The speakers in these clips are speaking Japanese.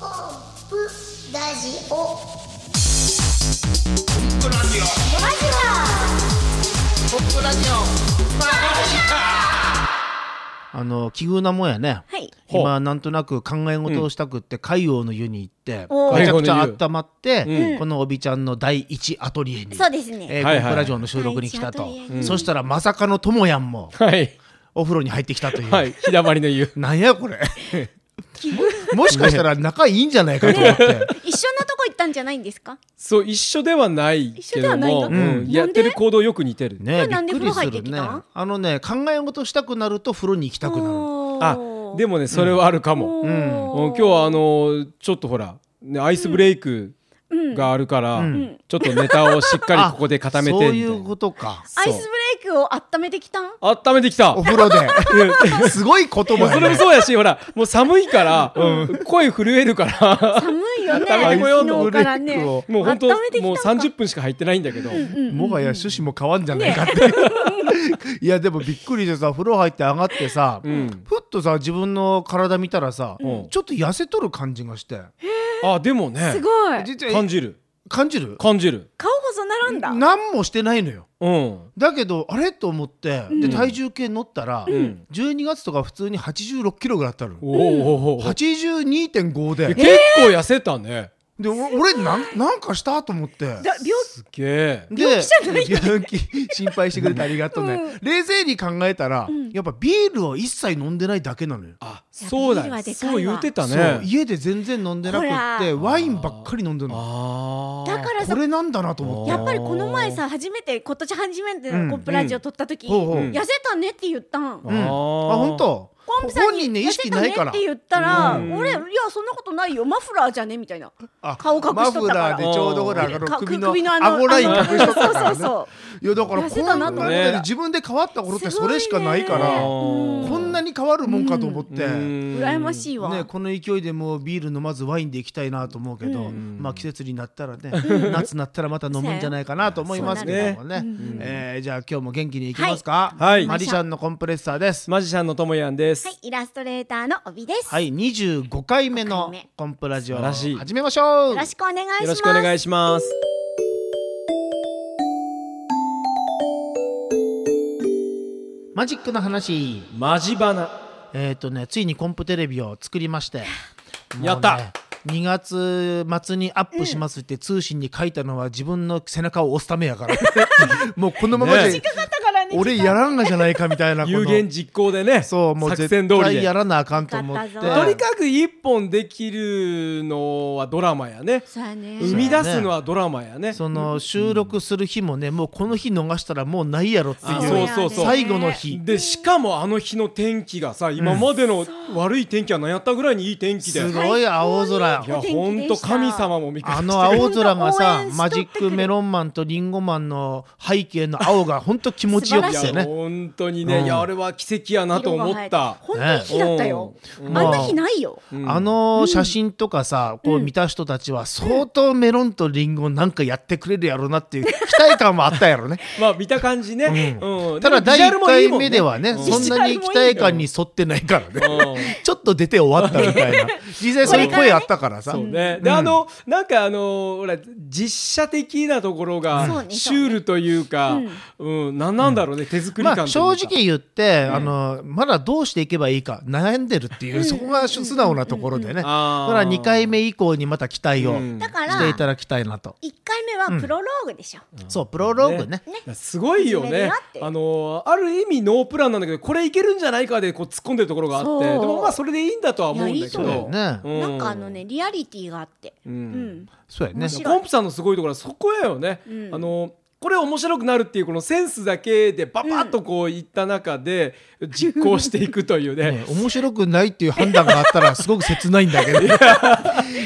ップラジオポップラジオラジポップラジオマジあの奇遇なもんやねはい。ほう今なんとなく考え事をしたくって海王の湯に行っておーめちゃくちゃ温まって、うんこのおびちゃんの第一アトリエにそうですね。えーはいはいゴンプラジオの収録に来たと第一アト、リエにそしたらまさかのともやんもかはいお風呂に入ってきたという、はい日だまりの湯なんやこれもしかしたら仲いいんじゃないかと思 って一緒のとこ行ったんじゃないんですか。そう一緒ではない一け緒でどはないものうんなんでやってる行動よく似てるねこれなんびでっくりす風呂入ってるきねたあのね考え事したくなると風呂に行きたくなるあでも、もねそれはあるかもおーうん今日はあのーちょっとほらねアイスブレイクうんがあるからんちょっとネタをしっ かりここで固めてあそうみいたいうなことかアイスブレイクを温めてきた。温め てきたお風呂 ですごい言葉もうそやれもねそうやしほらもう寒いから声震えるから寒 いよね。温めてこようと昨日からね。ももう本当温めてきたもうのか30分しか入ってないんだけどもはや趣旨も変わんじゃないかっていう、 いやでもびっくりしてさ風呂入って上がってさ、うんふっとさ自分の体見たらさ、うんちょっと痩せとる感じがしてあでもねすごい。実は感じる感じる感じる顔細ならんだ。何もしてないのようんだけどあれと思って、で体重計乗ったら、ん12月とか普通に8 6キロぐらいあったのおおおー82.5でえ結構痩せたねでお俺なんなんかしたと思ってだ病すげえで病気心配してくれてありがとうね、冷静に考えたら、やっぱビールを一切飲んでないだけなのよあそうだビールはよでかいわそう言うてたそうね家で全然飲んでなくほってらワインばっかり飲んでるのああだからこさ。れなんだなと思ってやっぱりこの前さ初めて今年初めてうんのコップラジオ撮った時、ほうほううん痩せたねって言ったんうん、あ本当コンプさん本人ねに意痩識せなたいねからって言ったら、うん俺いやそんなことないよマフラーじゃねみたいなあ顔隠しとったからマフラーでちょうどほらあうんのか首の顎ライン隠しとったからそうそうねそういやだから痩こせんたななことと思っでて自分で変わったことってすそごいねれしかないからあーこんなに変わるもんかと思って。羨ましいいわ、ね、この勢いでもうビール飲まずワインでいきたいなと思うけど、んまあ季節になったらね、夏になったらまた飲むんじゃないかなと思いますけどもねえーじゃあ今日も元気にいきますか、はいはいマリシャンのコンプレッサーですマジシャンのともやんですはいイラストレーターの帯です、はい25回目の25回目コンプラジオ素晴らしい始めましょうよろしくお願いしますよろしくお願いしますマジックの話マジバナえっ、とねついにコンプテレビを作りましてやったもうね2月末にアップしますって通信に書いたのは自分の背中を押すためやから もうこのままねでだからね俺やらんがじゃないかみたいなこの有言実行でねそうもう作絶戦通り対やでらなあかんと思ってよかったとぞにかく一本できるのはドラマやねそうやね生み出すのはドラマやねその収録する日もねもうこの日逃したらもうないやろってあいうそうそうそう最後の日でしかもあの日の天気がさ今までの悪い天気は何やったぐらいにいい天気で、すいごい青空おや天気でほんとした神様も味方あの青空が応さ援しとマってくジれックメロンマンとリンゴマンの背景の青が本当気持ちよくいてやね本当にうねんいやあれは奇跡やなと思った本当に日だったよ、うあんんな日ないよ、うんあの写真とかさ、こう見た人たちは相当メロンとリンゴなんかやってくれるやろうなっていう期待感もあったやろねまあ見た感じね、うんただでもビ第ジュアル1もいい回も目ではねうんそんなに期待感に沿ってないからね ちょっと出て終わったみたいな実際そういう声あったからさそうね、であのなんかあのほら実写的なところそうがねシュールというか、うん、なんなんだろうね、手作りま感といあうか正直言って、あのまだどうしていけばいいか悩んでるっていう、そこが素直なところでね、だあーから2回目以降にまた期待をうんだからしていただきたいなと、一回目はプロローグでしょ、そうプロローグねねすごいよ始めるねよってあのある意味ノープランなんだけどこれいけるんじゃないかでこう突っ込んでるところがあってそうでもまあそれでいいんだとは思うんだけどいやいいと思うよねうなんかあのねリアリティがあって、うんうんそうやね面白いコンプさんのすごいところはそこやよね、うんあのこれ面白くなるっていうこのセンスだけでババッとこういった中で 実行していくというねね面白くないっていう判断があったらすごく切ないんだけど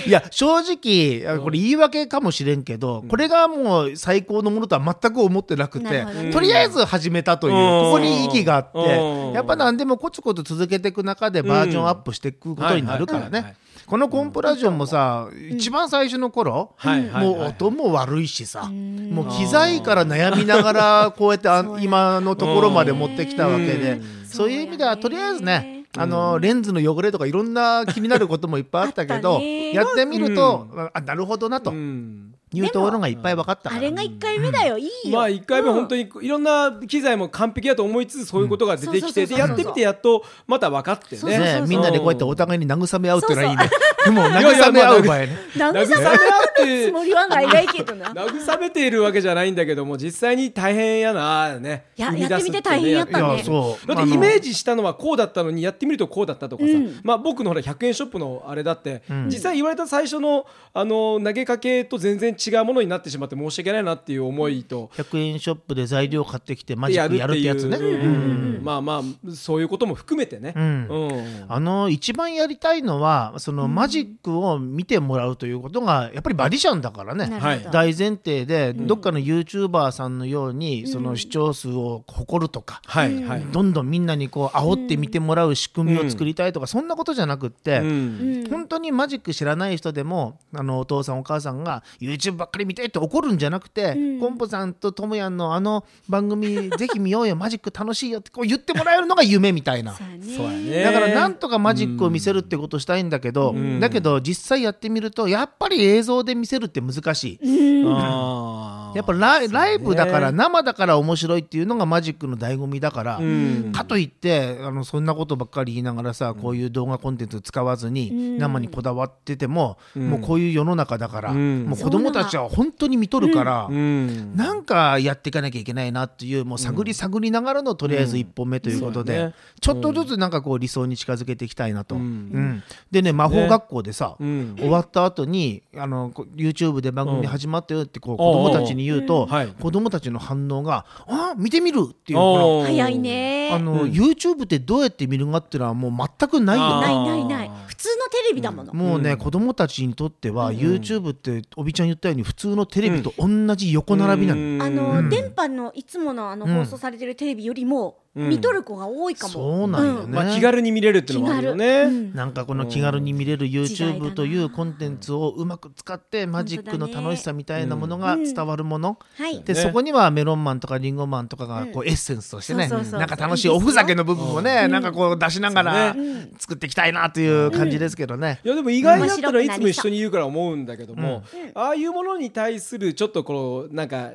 いや正直あこれ言い訳かもしれんけど、これがもう最高のものとは全く思ってなくなてるほどねとりあえず始めたという、うんここに意義があって、うんやっぱ何でもコツコツ続けていく中でバージョンアップしていくことになるからね。うんはいはいはいはいこのコンプラジオもさ、一番最初の頃、はいはいはいもう音も悪いしさ、もう機材から悩みながらこうやってあ今のところまで持ってきたわけで、うんそういう意味ではとりあえずねあのレンズの汚れとかいろんな気になることもいっぱいあったけ あっどたねやってみると、あなるほどなとうん いうところがいっぱい分かったかあられが一回目だよ、いいよまあ1回目本当に、にいろんな機材も完璧だと思いつつそういうことが出てきてうんでやってみてやっとまた分かってそうそうそうね。ね、みんなでこうやってお互いに慰め合うっていうのはいいね。でも慰いめやい合うやま場合あね。慰め慰め合るつっもりはないないけどなて慰めているわけじゃないんだけども実際に大変やなね。いや生み出すやってみて大変やっいたね や、そう。だってイメジ。ージしたのはこうだったのにやってみるとこうだったとかさ、うんまあ、僕のほら100円ショップのあれだって、うん実際言われた最初のあの投げかけと全然違うものになってしまって申し訳ないなっていう思いと。 100円ショップで材料買ってきてマジックやるってやつね。やるっていうううんんまあまあそういうことも含めてね、うんうんあの一番やりたいのはそのマジックを見てもらうということがやっぱりバディシャンだからね。なるほど、大前提でどっかの YouTuber さんのようにその視聴数を誇るとかはいはい、どんどんみんなにこう煽って見てもらう仕組みを作りたいとかそんなことじゃなくってうんうん本当にマジック知らない人でもあのお父さんお母さんが YouTube ばっかり見てって怒るんじゃなくて、んコンポさんとともやんのあの番組 ぜひ見ようよマジック楽しいよってこう言ってもらえるのが夢みたいなそうやねそうやねだからなんとかマジックを見せるってことしたいんだけど、だけど実際やってみるとやっぱり映像で見せるって難しい。あーやっぱライライブだからね生だから面白いっていうのがマジックの醍醐味だから、うんかといってあのそんなことばっかり言いながらさ、こういう動画コンテンツ使わずに、ん生にこだわってても、んもうこういう世の中だから、うんもう子供たちは本当に見とるから、うんなんかやっていかなきゃいけないなっていうもう探り探りながらのとりあえず一本目ということで、うんそうだねちょっとずつなんかこう理想に近づけていきたいなと。うんうんでね魔法学校でさ、うん終わった後にあのこ YouTube で番組始まったよってこうおうおう子供たちに言うと、うんはい子供たちの反応が「あ見てみる!」っていうほおー早いねらあの、うん YouTube ってどうやって見るかっていうのはもう全くないよね。あーないないない普通のテレビだもの、もうね、子供たちにとっては、YouTube っておびちゃん言ったように普通のテレビと同じ横並びなの、うんあの、電波のいつものあのうん放送されてるテレビよりも、うん見とる子が多いかも。そうなんよね、まあ、気軽に見れるっていうのもあるよね、うんなんかこの気軽に見れる時代だ YouTube なというコンテンツをうまく使ってマジックの楽しさみたいなものが伝わるもの、はい。でねそこにはメロンマンとかリンゴマンとかがこうエッセンスとしてね、そうそうそうなんか楽しいいいでおすよふざけの部分もね、なんかこう出しながらそう作っていきたいなという感じですけどね。いやでも意外だったらいつも一緒にいるから思うんだけども、ああいうものに対するちょっとこうなんか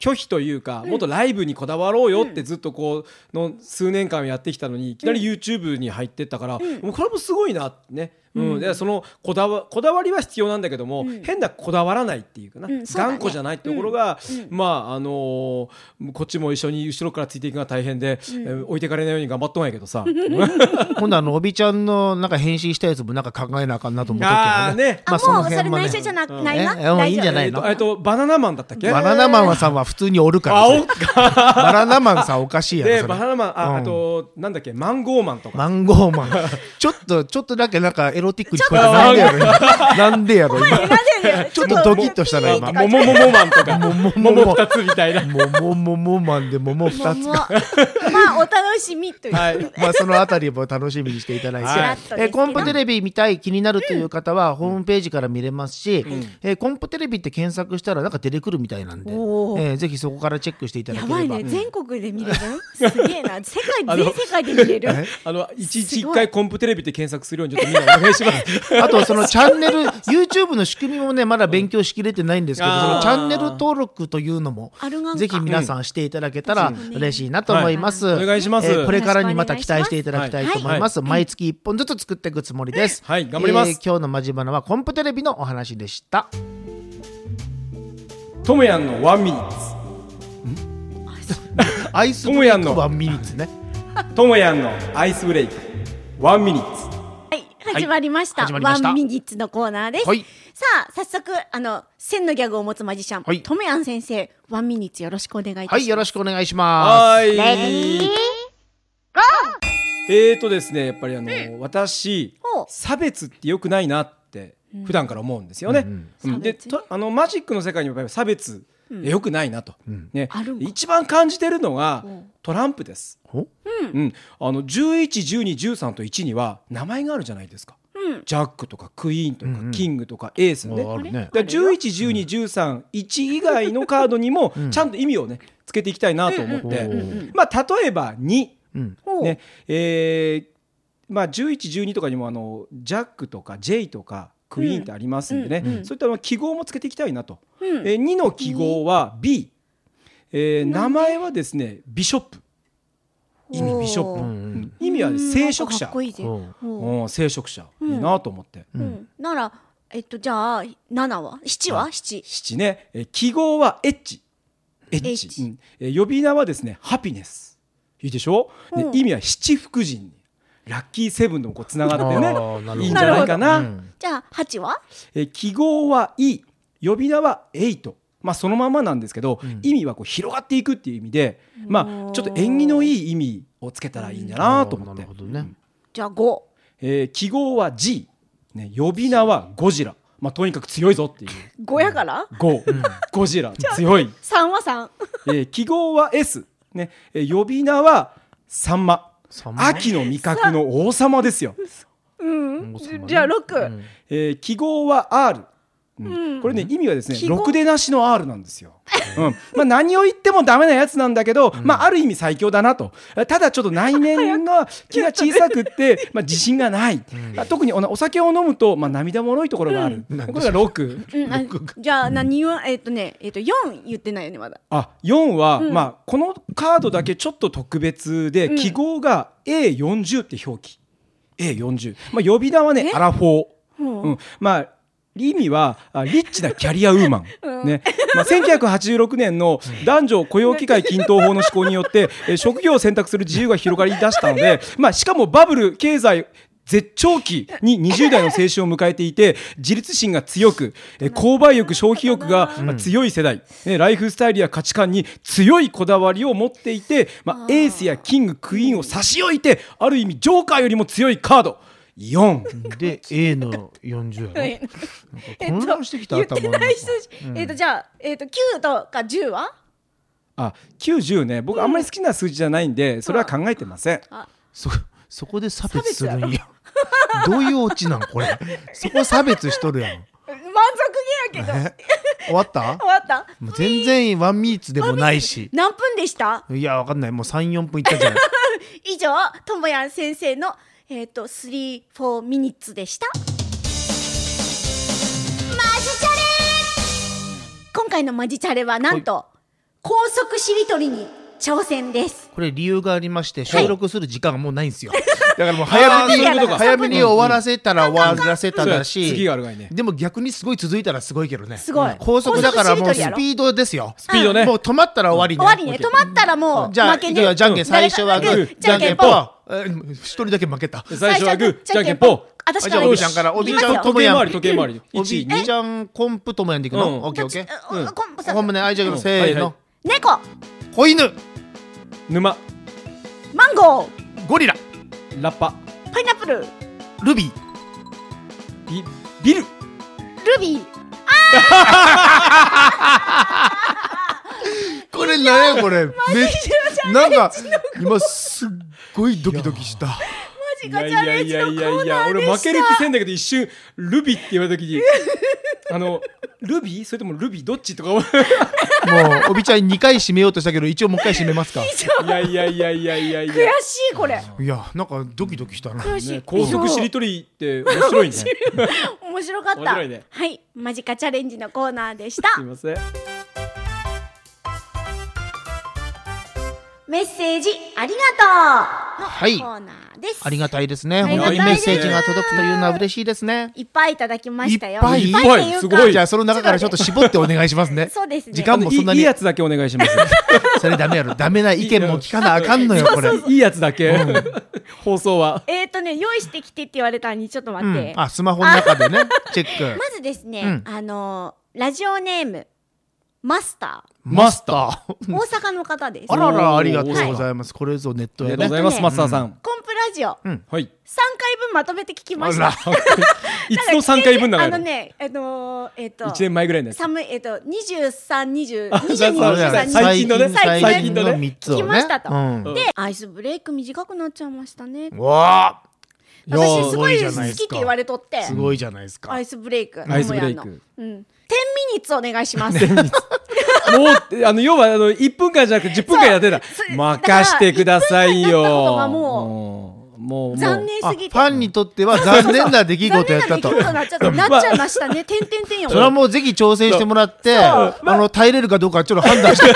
拒否というか、もっとライブにこだわろうよってずっとこうの数年間やってきたのにいきなり YouTube に入ってったから、もうこれもすごいなってね、うんでそのこだわこだわりは必要なんだけども、変なこだわらないっていうかな、うんそうだね頑固じゃないってところが、まああのーこっちも一緒に後ろからついていくのが大変で、えー置いてかれないように頑張っとんやけど さ。今度あのおびちゃんのなんか返信したやつもなんか考えなあかんなと思っとあー けどね。ねあ、まあそのもう辺それもね内緒じゃな,、うんないな。えもういいんじゃないえっとえっとバナナマンだったっけバナナマンさんは普通におるからあおさっかバナナマンさんおかしいやろでそれバナナマンあ,、うんあとなんだっけマンゴーマンとか、マンゴーマン。ちょっと、ちょっとだけなんかエロティックに聞こえた。なんでやろ今なんでやろ今。なぜだよちょっとドキッとしたな、今。モモモモマン とかモモモモモ二つみたいな桃ももマンで桃も二うつもうか。 まあお楽しみという。はい まあそのあたりも楽しみにしていただいて、はいちらっとですけどえーコンプテレビ見たい気になるという方はホームページから見れますし、えーコンプテレビって検索したらなんか出てくるみたいなんで、えおーーぜひそこからチェックしていただやけばれいば、ね、全国で見れる。すげえな、世界全世界で見れる。あの一日す一ごい回コンプテレビって検索するようにちょっとみんなお願いしま すあとそのチャンネル YouTube の仕組みもねまだ勉強しきれてないんですけど、うんそあのーチャンネル登録というのもあるがんかぜひ皆さんしていただけたら嬉しいなと思います、はいお願いしますこれからにまた期待していただきたいと思います、は毎月1本ずつ作っていくつもりです、はい頑張ります今日の「まじばな」はコンプテレビのお話でしたトムヤンのワンミニッアイストムヤンのワンミニッツねツトムヤンのアイスブレイクワンミニッツはい、始まりました。始まりましたワンミニッツのコーナーです。はいさあ、早速、あの、千のギャグを持つマジシャン、はいトメアン先生、ワンミニッツよろしくお願いいたします。はいよろしくお願いしまはすいーえーとですねやっぱりあの、私ほう差別って良くないなって普段から思うんですよね。うん差で別ねとあのマジックの世界にもやっぱり差別良くないなと、ねあるんか一番感じてるのがトランプです。おうん、あの11、12、13と1には名前があるじゃないですか。ジャックとかクイーンとか、キングとかエースね。あるねだから11、12、13、1以外のカードにもちゃんと意味をねつけていきたいなと思って、うんうんうんまあ例えば2、うんほうねえーまあ、1112とかにもあのジャックとか J とかクイーンってありますんでね、うんうんうんそういったあの記号もつけていきたいなと、うんえー2の記号は B、えー名前はですねビショップ意味ビショップ、おーうん意味はね聖職者なんかかっこいいぜうんおーうん聖職者、んいいなと思ってうんならえっとじゃあ七は七は七7ね、えー記号は H, H, H うんえー呼び名はですねハピネスいいでしょ、でうん意味は七福神にラッキーセブンともこうつながってあーなるほねどいいんじゃないかな。うんじゃあ八はえー記号は E 呼び名は8まあそのままなんですけど、ん意味はこう広がっていくっていう意味でおまーあちょっと縁起のいい意味をつけたらいいんだなと思ってなるほどねじゃあ五えー記号は G、ね、呼び名はゴジラ、まあ、とにかく強いぞっていう五やからゴ,、ゴジラ強い、三は三えー記号は S、ねえー呼び名はサンマさんま秋の味覚の王様ですよ、うん王様ねじゃあ六うんえー記号は R、うんうんこれね意味はですね記号ろくでなしの R なんですよ。うんまあ、何を言ってもダメなやつなんだけど、まあ、ある意味最強だなとただちょっと内 面が気が小さくって、まあ、自信がない、まあ特におお酒を飲むと、まあ、涙もろいところがある、これが6うんあじゃあ何はえっとねえっと四言ってないよねまだあ4は、うんまあ、このカードだけちょっと特別で、ん記号が A40 って表記 A40、まあ、呼び名はねえアラフォー。うんうん、まあ意味はあリッチなキャリアウーマン、ねまあ、1986年の男女雇用機会均等法の施行によって、えー職業を選択する自由が広がりだしたので、まあ、しかもバブル経済絶頂期に20代の青春を迎えていて自立心が強く、えー購買欲消費欲がまあ強い世代、ね、ライフスタイルや価値観に強いこだわりを持っていて、まあ、エースやキングクイーンを差し置いてある意味ジョーカーよりも強いカード4。で A の40やろっ混と乱してきた言って頭の中ない数字、えっとじゃあ、えっと9とか10はあ、90ね。僕あんまり好きな数字じゃないんで、それは考えてません。そそこで差別するんやどういうオチなんこれそこ差別しとるやん満足げやけどえ終わった終わったもう全然ワンミーツでもないし何分でしたいやわかんないもう34分いったんじゃない以上ともやん先生のえっ、と3 4ミニッツでしたマジチャレ今回のマジチャレはなんと高速しりとりに挑戦ですこれ理由がありまして収録する時間がもうないんですよ、だからもう早めにあーそういうことか早めに終わらせたら終わらせたそうやだし次があるがいね。でも逆にすごい続いたらすごいけどねすごい高速だからも高うス速しりとりやろピードですよスピードねもう止まったら終わり終わりね止まったらもうじゃあ、負けじゃねあじゃんけん最初はグ誰ー、かじゃんけんぽじん。え一人だけ負けた。最初はグー、じゃんけんぽん。私かじゃらあ、いおくびちゃんから、おびいきまちすゃん、よと時も計回やり、ん。時計回り。おび1、2。ちゃん、コンプともやんでいくうんのオッケーオッケー。うんコンポさんほんまね、あいじゃうんん、せーはいはの。猫子犬、沼、マンゴーゴリラ、ラッパ、パイナップルルルビー。ビ、ビル。ビーこれ何やこれ。めっなんか、今すっごいドキドキした。マジかチャレンジのコーナーで俺した負ける気せんだけど一瞬ルビって言われた時にあのルビーそれともルビーどっちとか思うもう、おびちゃん2回締めようとしたけど、一応もう一回締めますか。いやいやいやいやいやい悔や、しいこれいや、なんかドキドキしたな。悔しいね、高速しりとりって面白いねす面白かった面白いねはいマジカチャレンジのコーナーでしたいませんメッセージありがとうのはいコーナーです、ありがたいですね。あり本が当たいにメッセージが届くというのは嬉しいですね。いっぱいいただきましたよいっぱいってうかいっぱいすごいじゃあ、その中からちょっと絞ってお願いします ね。そうですね時あ間のもいそんないいにいやつだけお願いしますそれダメやろダメな 意見も聞かなあかんのよこれいいやつだけ放送はえっ、ー、とね用意してきてって言われたんにちょっとう待って、ん、あスマホの中でねチェックまずですね、うんあのーラジオネームマスタマスターー大阪の方ですあコンららありがとうございますこれぞネッあトりやがとうねございます、マスターさん。プラジオ、うんはい。 3回分まとめて聞きまあしたらいつの三回分だあかのら。ねあのー、えっ、と一年前ぐらいのやつ。寒いえっ、と二十三二十あ二十そう二だ十ね三最近のね最最近近のねの三つをね聞きましたとうんでアイスブレイク短くなっちゃいましたねわあやー私すごいいいじゃ好ないですきかって言われとってすごいじゃないですかアイスブレイクアイスブレイクトモヤのうん10ミニッツお願いしますだかもう、あの、要は、あの、一分間じゃなくて、十分間やってたそうそ。う任してくださいだから一分間になったことよ。がもうもう残念あすフぎてァンにとっては残念な出来事やったと残念な出来事にな っちゃったなっちゃいましたね。てんてんてんよ。それはもうぜひ挑戦してもらってあの耐えれるかどうかちょっと判断して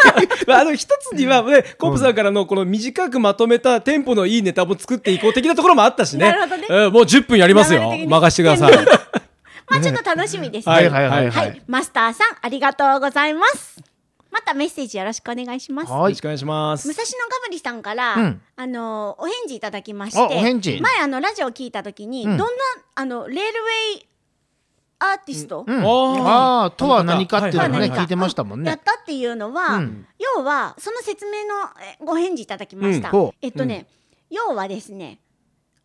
まあ、あの一つには、ね、コップさんからのこの短くまとめたテンポのいいネタも作っていこう的なところもあったしねなるほどねうんもう10分やりますよ流れ的に任してくださいまあちょっと楽しみですね。ははいいはいはいははいい、マスターさんありがとうございます。またメッセージよろしくお願いします。はよいろしくお願いします武蔵野ガブリさんから、うんあのお返事いただきましあて、お返事前あのラジオ聞いたときんに、どんなあのレールウェイアーティスト、うん、あーああとは何かっていうのはねいはいはい聞いてましたもんやっね。たっていうのは、うん要はその説明のえご返事いただきました、うんほうえっとね、要はですね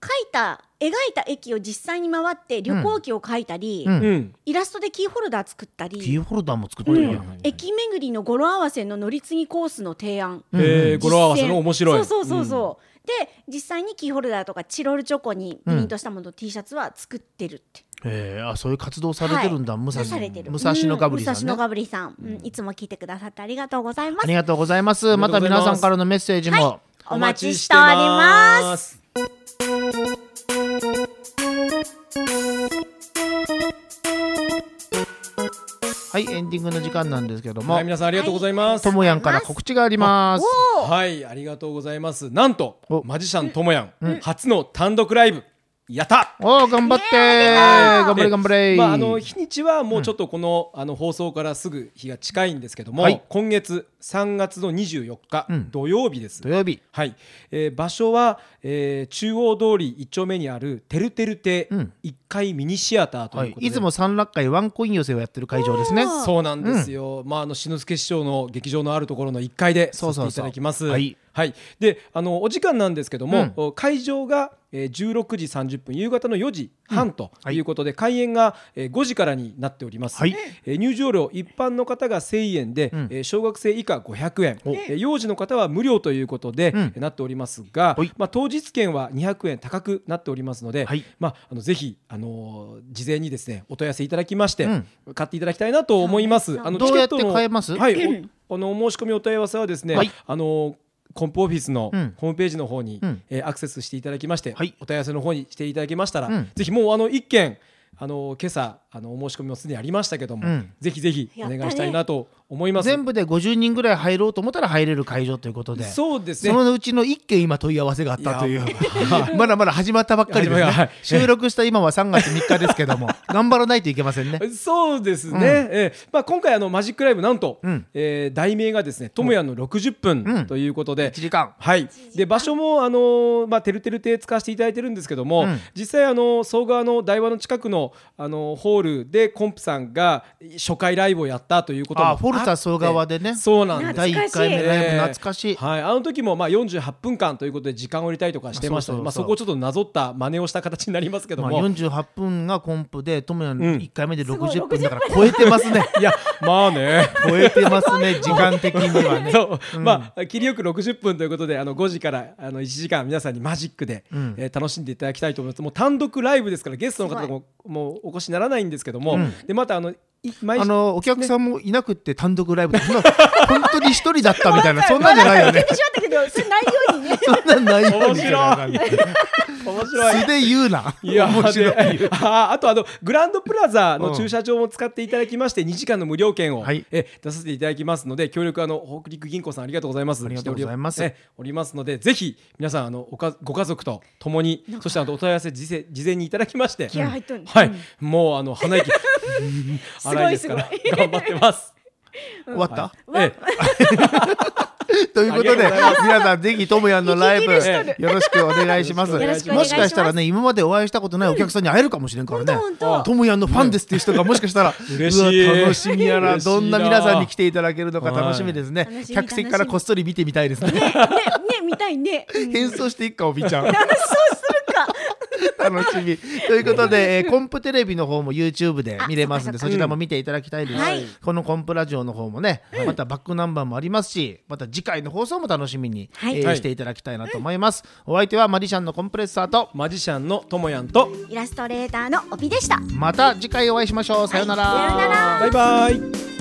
描いた描いた駅を実際に回って旅行記を描いたり、うんうんイラストでキーホルダー作ったりキーホルダーも作ってるやん。駅巡りの語呂合わせの乗り継ぎコースの提案うんえー、語呂合わせの面白い実践そうそうそうそう、で実際にキーホルダーとかチロルチョコにプリントしたもの、T シャツは作ってるってえー、あそういう活動されてるんだ、はい武蔵されてる武蔵野ガブリさうんんね武蔵野。ガブリさん、うんいつも聞いてくださってありがとうございまあすりがとうございます。また皆さんからのメッセージも。お待ちしておりますすはい、エンディングの時間なんですけどもはい、、皆さんありがとうございますともやんから告知があります。おーはい、ありがとうございます。なんとお、マジシャンともやん、初の単独ライブ、やったおお、頑張って頑張れ頑張れでまあ、あの日にちはもうちょっとこの,、あの放送からすぐ日が近いんですけども、はい今月3月の24日、うん土曜日です土。曜日、はい、えー場所は、えー中央通り一丁目にあるてるてる亭うん一階ミニシアターとはいいうこ、とで、いつも三落会ワンコイン寄せをやってる会場ですね。そうなんですよ。まああの志の輔師匠の劇場のあるところの1階でそさうせそうそうていただきます。はいで、あのお時間なんですけども、うんお会場が、えー、16時30分、夕方の4時半とはいいうことで、開演が、えー、5時からになっております。はいえー入場料一般の方が1000円で、うんえー小学生以下500円、えおー幼児の方は無料ということで、うんなっておりますがはい、まあ当日券は200円高くなっておりますので、はいまああのぜひあのー事前にですねお問い合わせいただきまして、うん買っていただきたいなと思います。そうあのどうやってチケットの買えますはい、おあのお申し込みお問い合わせはですね、はいあのコンポオフィスのうんホームページの方に、うんえーアクセスしていただきまして、はいお問い合わせの方にしていただけましたら、うんぜひもうあの一件あの今朝あのお申し込みもすでにありましたけども、うんぜひぜひおやったね願いしたいなと思います。全部で50人ぐらい入ろうと思ったら入れる会場ということで。そうですそね。のうちの1件今問い合わせがあったという まだまだ始まったばっかりですいやいやはねい収録した今は3月3日ですけども頑張らないといけませんね そうですね、うんえーまあ、今回あのマジックライブなんと、うんえー題名がですね「ともやの60う分」んということで、 1時間はい、で場所も、あのーまあ、てるてる亭使わせていただいてるんですけどうも、ん実際、あのー総川の台場の近くの、あのーホールでコンプさんが初回ライブをやったということもあフォルツァ総川でねそうなんです第1回目ライブ懐かしいはい、あの時もまあ48分間ということで時間を入れたりとかしてましたのでまああそそうそうそうこをちょっとなぞった真似をした形になりますけどまも、あ、48分がコンプでトムヤのうん1回目ですごい60分だから超えてます ねいやま あね超えてますね時間的にはねそうまあ切りよく60分ということであの5時からあの1時間皆さんにマジックで、うんえー楽しんでいただきたいと思いますもう単独ライブですからゲストの方とかももうお越しにならないんですけども、でまたあのい毎あ週のお客さんもいなくって単独ライブってそんな本当に一人だったみたいなそんなんじゃないよね笑ってしまったけどそれないようにねそんなんないよ面みたいな白感いじ面白い素で言うないや面白いで ああとあのグランドプラザうのん駐車場も使っていただきまして2時間の無料券を、はいえ出させていただきますので協力あの北陸銀行さんありがとうございますありがとうございますしておりえおりますのでぜひ皆さんあのおかご家族とともにそしてあのお問い合わせ事前事前にいただきまして気合入っとんねはい、もうあの鼻息荒いですからすごい頑張ってます。終わったええということありがでとうございま皆さんぜひともやんのライブ息切れしとよろしくお願いしますよろしくお願もいしますしかしたらね今までお会いしたことないお客さんに会えるかもしれんからね本当本ともやんのファンですっていう人がもしかしたら嬉しいうわ楽しみやら嬉しいなどんな皆さんに来ていただけるのかはい楽しみですね楽しみ客席からこっそり見てみたいですね当ねねね見たいね、うん 変装していっかおび ちゃん楽しそうするか 楽しみということで、えーコンプテレビの方も YouTube で見れますんでそちらも見ていただきたいです、はいこのコンプラジオの方もね、またバックナンバーもありますしまた次回の放送も楽しみに、はいえーしていただきたいなと思います、お相手はマリシャンのコンプレッサーとマジシャンのともやんとイラストレーターの帯でしたまた次回お会いしましょうさようなら、はいさようならバイバイ。